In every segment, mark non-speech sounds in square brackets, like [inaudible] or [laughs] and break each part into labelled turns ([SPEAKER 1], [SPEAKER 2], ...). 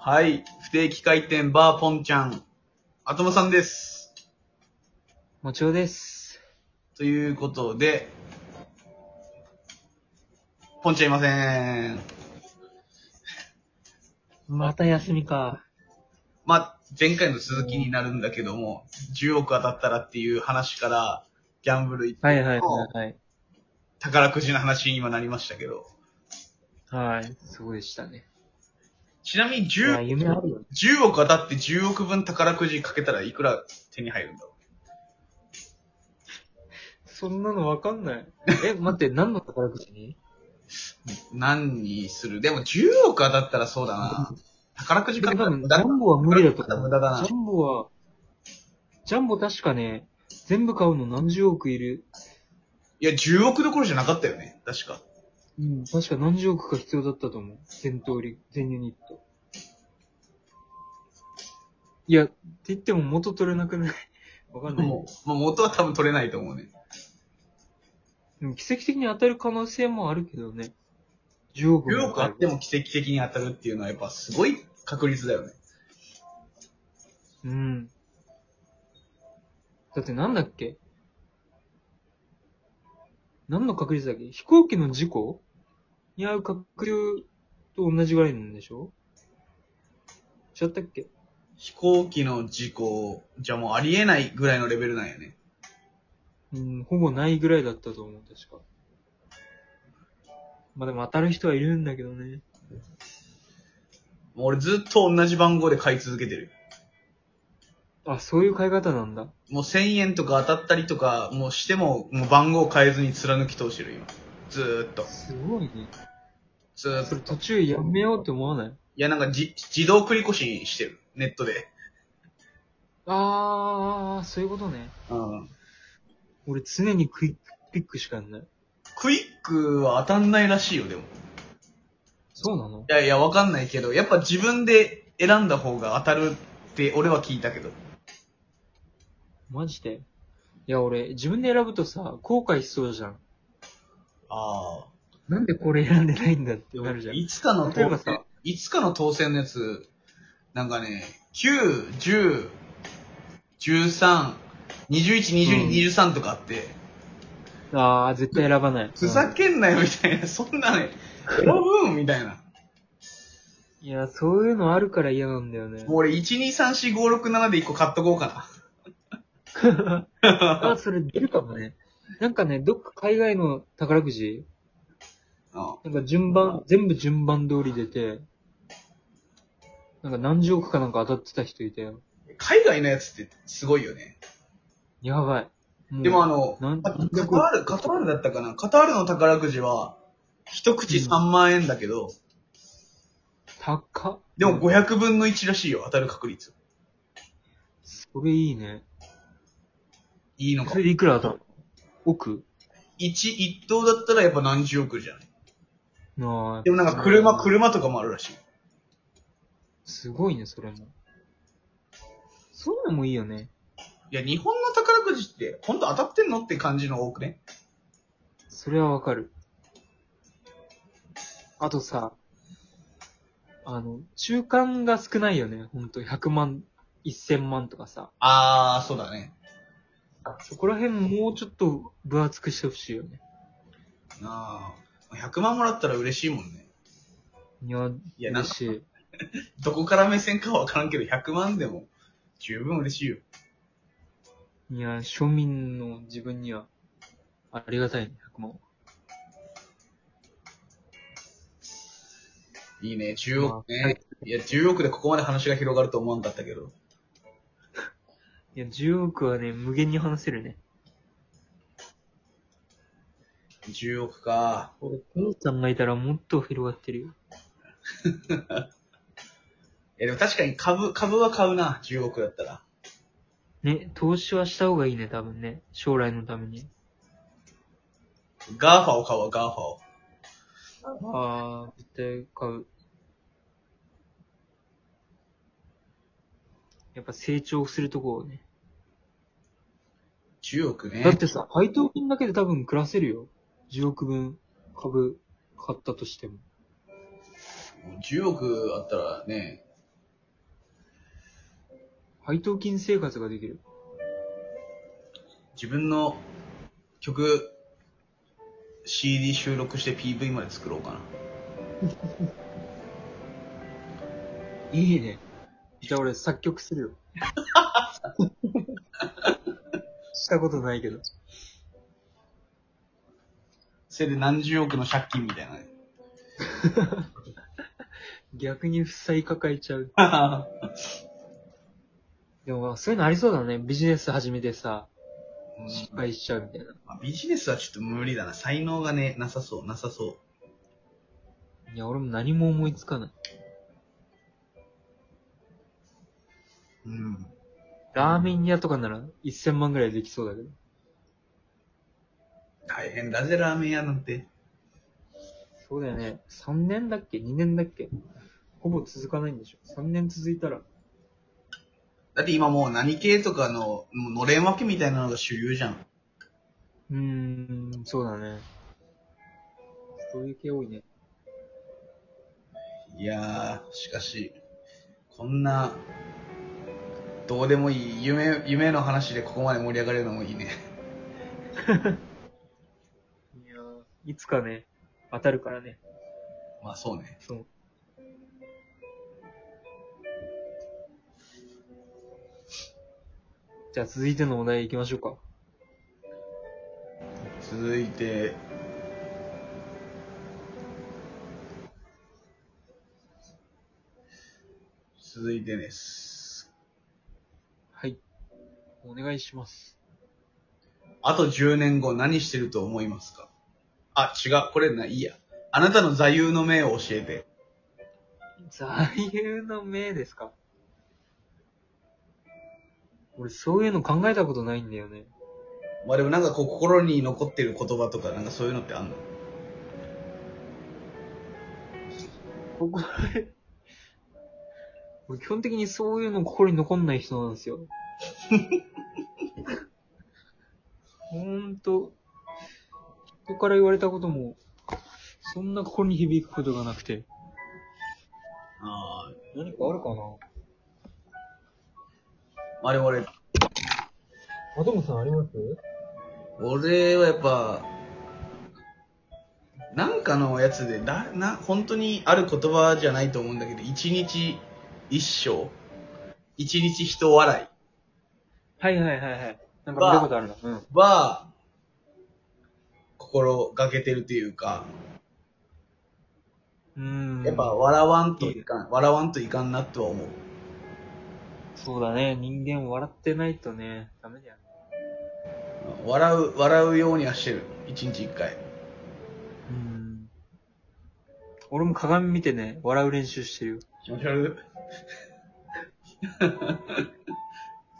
[SPEAKER 1] はい。不定期回転バーポンちゃん。アトムさんです。
[SPEAKER 2] もちろです。
[SPEAKER 1] ということで、ポンちゃんいません。
[SPEAKER 2] また休みか。
[SPEAKER 1] まあ、前回の続きになるんだけども、10億当たったらっていう話から、ギャンブル行って、
[SPEAKER 2] はいはいはいはい。
[SPEAKER 1] 宝くじの話に今なりましたけど、
[SPEAKER 2] はい。そうでしたね。
[SPEAKER 1] ちなみに
[SPEAKER 2] いや、
[SPEAKER 1] 10、
[SPEAKER 2] 夢あるよね。
[SPEAKER 1] 10億当たって10億分宝くじかけたらいくら手に入るんだろ
[SPEAKER 2] そんなのわかんない。え、待って、何の宝くじに
[SPEAKER 1] う何にするでも10億当たったらそうだな。宝くじ
[SPEAKER 2] 多
[SPEAKER 1] かけたら
[SPEAKER 2] 分、ジ
[SPEAKER 1] 無駄
[SPEAKER 2] ャンボは無理だと思
[SPEAKER 1] 無
[SPEAKER 2] う。
[SPEAKER 1] 駄だな
[SPEAKER 2] ジャンボは、ジャンボ確かね、全部買うの何十億いる。
[SPEAKER 1] いや、10億どころじゃなかったよね。確か。
[SPEAKER 2] うん。確か何十億か必要だったと思う。全通り、全ユニット。いや、って言っても元取れなくない [laughs] わかんない。
[SPEAKER 1] もう、まあ、元は多分取れないと思うね。
[SPEAKER 2] でも奇跡的に当たる可能性もあるけどね。10億
[SPEAKER 1] 10億あ
[SPEAKER 2] 当たる
[SPEAKER 1] っても奇跡的に当たるっていうのはやっぱすごい確率だよね。
[SPEAKER 2] うん。だってなんだっけ何の確率だっけ飛行機の事故に遭う確率と同じぐらいなんでしょ違ったっけ
[SPEAKER 1] 飛行機の事故、じゃもうありえないぐらいのレベルなんやね。
[SPEAKER 2] うん、ほぼないぐらいだったと思う、確か。まあでも当たる人はいるんだけどね。
[SPEAKER 1] もう俺ずっと同じ番号で買い続けてる。
[SPEAKER 2] あ、そういう買い方なんだ。
[SPEAKER 1] もう1000円とか当たったりとか、もうしても、もう番号変えずに貫き通してる、今。ずーっと。
[SPEAKER 2] すごいね。
[SPEAKER 1] ずーっ
[SPEAKER 2] そ
[SPEAKER 1] と。
[SPEAKER 2] れ
[SPEAKER 1] い
[SPEAKER 2] 途中やめようって思わない
[SPEAKER 1] や、なんかじ、自動繰り越ししてる。ネットで。
[SPEAKER 2] あー、そういうことね。
[SPEAKER 1] うん。
[SPEAKER 2] 俺常にクイックピックしかやんない。
[SPEAKER 1] クイックは当たんないらしいよ、でも。
[SPEAKER 2] そうなの
[SPEAKER 1] いやいや、わかんないけど、やっぱ自分で選んだ方が当たるって俺は聞いたけど。
[SPEAKER 2] マジでいや、俺、自分で選ぶとさ、後悔しそうじゃん。
[SPEAKER 1] ああ。
[SPEAKER 2] なんでこれ選んでないんだってなるじゃん。
[SPEAKER 1] いつかの
[SPEAKER 2] 例え
[SPEAKER 1] 当
[SPEAKER 2] ば
[SPEAKER 1] 選
[SPEAKER 2] さ、
[SPEAKER 1] いつかの当選のやつ、なんかね、9、10、13、21、22、
[SPEAKER 2] うん
[SPEAKER 1] 23とかあって、
[SPEAKER 2] あー、絶対選ばない。
[SPEAKER 1] ふざけんなよみたいな、 [laughs] そんなね、選ぶんみたいな。
[SPEAKER 2] うんいや、そういうのあるから嫌なんだよね
[SPEAKER 1] もう。俺、1、2、3、4、5、6、7で1個買っとこうかな。
[SPEAKER 2] あ、それ出るかもね。なんかね、どっか海外の宝くじ、
[SPEAKER 1] うん
[SPEAKER 2] なんか順番、全部順番通り出て、なんか何十億かなんか当たってた人いたよ。
[SPEAKER 1] 海外のやつってすごいよね。
[SPEAKER 2] やばい。う
[SPEAKER 1] でもあの、
[SPEAKER 2] なん
[SPEAKER 1] カ
[SPEAKER 2] なん
[SPEAKER 1] カ
[SPEAKER 2] で
[SPEAKER 1] タ
[SPEAKER 2] こう
[SPEAKER 1] ール、カタールだったかなカタールの宝くじは、一口3万円だけど、
[SPEAKER 2] 高っ。
[SPEAKER 1] でも500分の1らしいよ、当たる確率。
[SPEAKER 2] それいいね。
[SPEAKER 1] いいのか
[SPEAKER 2] そ。れいくら当たる億
[SPEAKER 1] 一、一等だったらやっぱ何十億じゃない
[SPEAKER 2] なあ
[SPEAKER 1] でもなんか車、車とかもあるらしい。
[SPEAKER 2] すごいね、それも。そういうのもいいよね。
[SPEAKER 1] いや、日本の宝くじって、ほんと当たってんのって感じの多くね。
[SPEAKER 2] それはわかる。あとさ、あの、中間が少ないよね、ほんと。100万、1000万とかさ。
[SPEAKER 1] あー、そうだね。
[SPEAKER 2] そこら辺もうちょっと分厚くしてほしいよね。
[SPEAKER 1] あー。100万もらったら嬉しいもんね。
[SPEAKER 2] いや、
[SPEAKER 1] いやなん
[SPEAKER 2] 嬉
[SPEAKER 1] か
[SPEAKER 2] しい。
[SPEAKER 1] どこから目線かはわからんけど、100万でも十分嬉しいよ。
[SPEAKER 2] いや、庶民の自分には、ありがたいね、100万は。
[SPEAKER 1] いいね、10億
[SPEAKER 2] まあ
[SPEAKER 1] ね。いや、10億でここまで話が広がると思わんかったけど。
[SPEAKER 2] いや、10億はね、無限に話せるね。
[SPEAKER 1] 10億か。
[SPEAKER 2] 俺、ペンさんがいたらもっと広がってるよ。
[SPEAKER 1] いやでも確かに株、株は買うな、10億だったら。
[SPEAKER 2] ね、投資はした方がいいね、多分ね。将来のために。
[SPEAKER 1] ガーファを買おう、ガーファを。
[SPEAKER 2] ああ、絶対買う。やっぱ成長するとこをね。
[SPEAKER 1] 10億ね
[SPEAKER 2] だ。ってさ、配当金だけで多分暮らせるよ。10億分株買ったとしても。
[SPEAKER 1] 10億あったらね、
[SPEAKER 2] 配当金生活ができる。
[SPEAKER 1] 自分の曲、CD 収録して PV まで作ろうかな。
[SPEAKER 2] いいね。じゃあ俺作曲する [laughs] よ。したことないけど。
[SPEAKER 1] それで何十億の借金みたいなね。
[SPEAKER 2] 逆に負債抱えちゃう。
[SPEAKER 1] あ
[SPEAKER 2] でもそういうのありそうだね。ビジネス始めてさ、
[SPEAKER 1] うん
[SPEAKER 2] 失敗しちゃうみたいな。
[SPEAKER 1] まあビジネスはちょっと無理だな。才能がね、なさそう、なさそう。
[SPEAKER 2] いや、俺も何も思いつかない。
[SPEAKER 1] うん。
[SPEAKER 2] ラーメン屋とかなら1000万ぐらいできそうだけど。
[SPEAKER 1] 大変だぜ、ラーメン屋なんて。
[SPEAKER 2] そうだよね。3年だっけ ?2 年だっけほぼ続かないんでしょ。3年続いたら。
[SPEAKER 1] だって今もう何系とかの、もうのれん分けみたいなのが主流じゃん。
[SPEAKER 2] うーん、そうだね。そういう系多いね。
[SPEAKER 1] いやー、しかし、こんな、どうでもいい夢、夢の話でここまで盛り上がれるのもいいね。
[SPEAKER 2] いやーいつかね、当たるからね。
[SPEAKER 1] まあそうね。
[SPEAKER 2] そう。じゃあ続いてのお題行きましょうか。
[SPEAKER 1] 続いて、続いてです。
[SPEAKER 2] はい。お願いします。
[SPEAKER 1] あと10年後何してると思いますかあ、違う。これないいや。あなたの座右の銘を教えて。
[SPEAKER 2] 座右の銘ですか俺そういうの考えたことないんだよね。
[SPEAKER 1] まあでもなんかこう心に残ってる言葉とかなんかそういうのってあんの
[SPEAKER 2] ここ俺基本的にそういうの心に残んない人なんですよ。ほんと、人から言われたことも、そんな心に響くことがなくて。
[SPEAKER 1] ああ。
[SPEAKER 2] 何かあるかな
[SPEAKER 1] まあでも俺、
[SPEAKER 2] まともさんあります
[SPEAKER 1] 俺はやっぱ、なんかのやつで、だ、な、本当にある言葉じゃないと思うんだけど、一日一生、一日一笑
[SPEAKER 2] はいはいはいはい。なんか見たことあるな。うん。
[SPEAKER 1] いは、心がけてるというか、
[SPEAKER 2] うーん。
[SPEAKER 1] やっぱ、笑わんといかん、笑わんといかんなとは思う。
[SPEAKER 2] そうだね。人間笑ってないとね、ダメだよね。
[SPEAKER 1] 笑う、笑うようにはしてる。一日一回。
[SPEAKER 2] うーん。俺も鏡見てね、笑う練習してるよ。
[SPEAKER 1] 気持ち悪い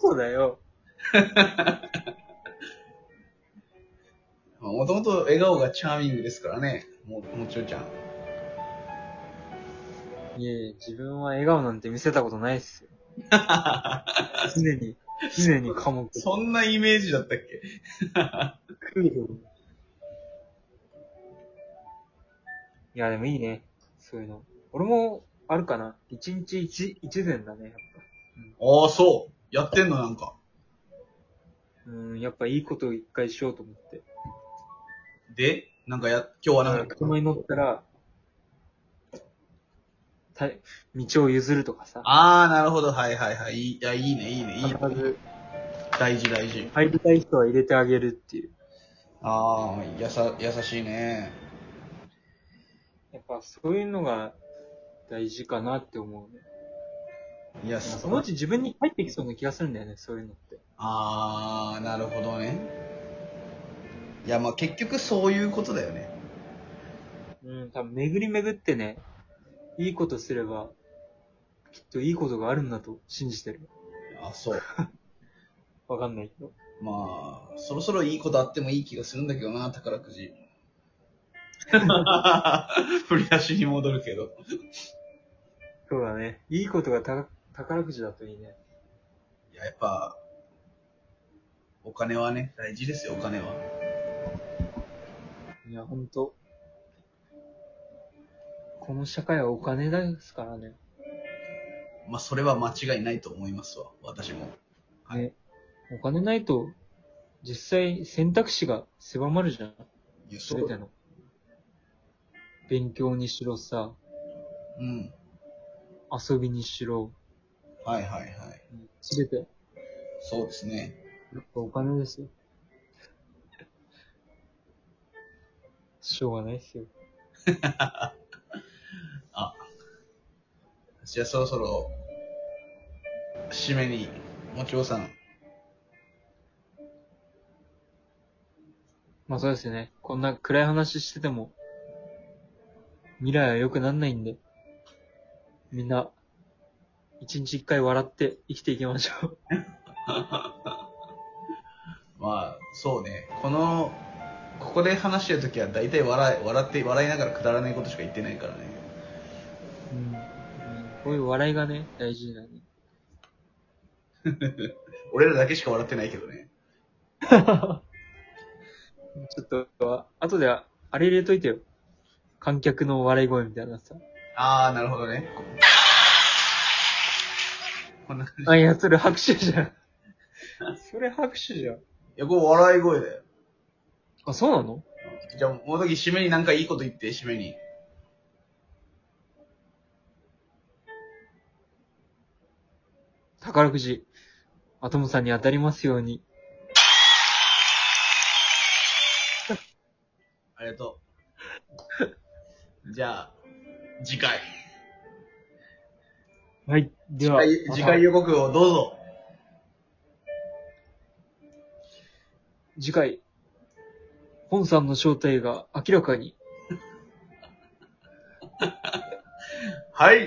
[SPEAKER 2] そうだよ。
[SPEAKER 1] まあもともと笑顔がチャーミングですからね、も、もちろちゃん。
[SPEAKER 2] いえいえ、自分は笑顔なんて見せたことないっすよ。常に、常に科目。
[SPEAKER 1] そんなイメージだったっけ
[SPEAKER 2] いや、でもいいね。そういうの。俺も、あるかな。一日一、一善だね、やっ
[SPEAKER 1] ああ、そう。やってんの、なんか。
[SPEAKER 2] ぱ。うん、やっぱいいことを一回しようと思って。
[SPEAKER 1] で、なんかや、今日はなんか、
[SPEAKER 2] 車に乗ったら、た道を譲るとかさ。
[SPEAKER 1] ああ、なるほど。はいはいはい。いいいや、いいね、いいね、いいね。
[SPEAKER 2] 必ず、
[SPEAKER 1] 大事大事。
[SPEAKER 2] 入りたい人は入れてあげるっていう。
[SPEAKER 1] ああ、やさ、優しいね。
[SPEAKER 2] やっぱそういうのが大事かなって思うね。
[SPEAKER 1] いや、
[SPEAKER 2] そのうち自分に返ってきそうな気がするんだよね、そういうのって。
[SPEAKER 1] ああ、なるほどね。いや、まあ結局そういうことだよね。
[SPEAKER 2] うん、多分巡り巡ってね、いいことすれば、きっといいことがあるんだと信じてる。
[SPEAKER 1] あそう。
[SPEAKER 2] わかんないけど。
[SPEAKER 1] まあ、そろそろいいことあってもいい気がするんだけどな、宝くじ。 [laughs] 振り出しに戻るけど。
[SPEAKER 2] そうだね。いいことがた宝くじだといいね。
[SPEAKER 1] いや、やっぱ、お金はね、大事ですよ、お金は。
[SPEAKER 2] いや、ほんと。この社会はお金ですからね。
[SPEAKER 1] まあ、それは間違いないと思いますわ、私も。はい
[SPEAKER 2] ね。お金ないと、実際選択肢が狭まるじゃん。
[SPEAKER 1] いや、
[SPEAKER 2] 全ての。勉強にしろさ、
[SPEAKER 1] うん。
[SPEAKER 2] 遊びにしろ、
[SPEAKER 1] はいはいはい。
[SPEAKER 2] すべて、
[SPEAKER 1] そうですね。
[SPEAKER 2] やっぱお金ですよ。しょうがないですよ。
[SPEAKER 1] じゃあそろそろ、締めに、もちおさん。
[SPEAKER 2] まあそうですね。こんな暗い話してても、未来は良くなんないんで、みんな、一日一回笑って生きていきましょう。
[SPEAKER 1] まあ、そうね。この、ここで話してるときは大体笑い、笑って、笑いながらくだらないことしか言ってないからね。
[SPEAKER 2] うん。こういう笑いがね、大事なんで。
[SPEAKER 1] 俺らだけしか笑ってないけどね。
[SPEAKER 2] ちょっと、後で、あれ入れといてよ。観客の笑い声みたいなさ。
[SPEAKER 1] あー、なるほどね。ここんな感じ。い
[SPEAKER 2] あ、いや、それ拍手じゃん。それ拍手じゃん。
[SPEAKER 1] や、こう笑い声だよ。
[SPEAKER 2] あ、そうなの
[SPEAKER 1] じゃあ、もうとき締めになんかいいこと言って、締めに。
[SPEAKER 2] 宝くじ、アトムさんに当たりますように。
[SPEAKER 1] ありがとう。じゃあ、次回。
[SPEAKER 2] はい。で
[SPEAKER 1] 次
[SPEAKER 2] は
[SPEAKER 1] 回、次回予告をどうぞ。
[SPEAKER 2] 次回、本さんの正体が明らかに。
[SPEAKER 1] はい。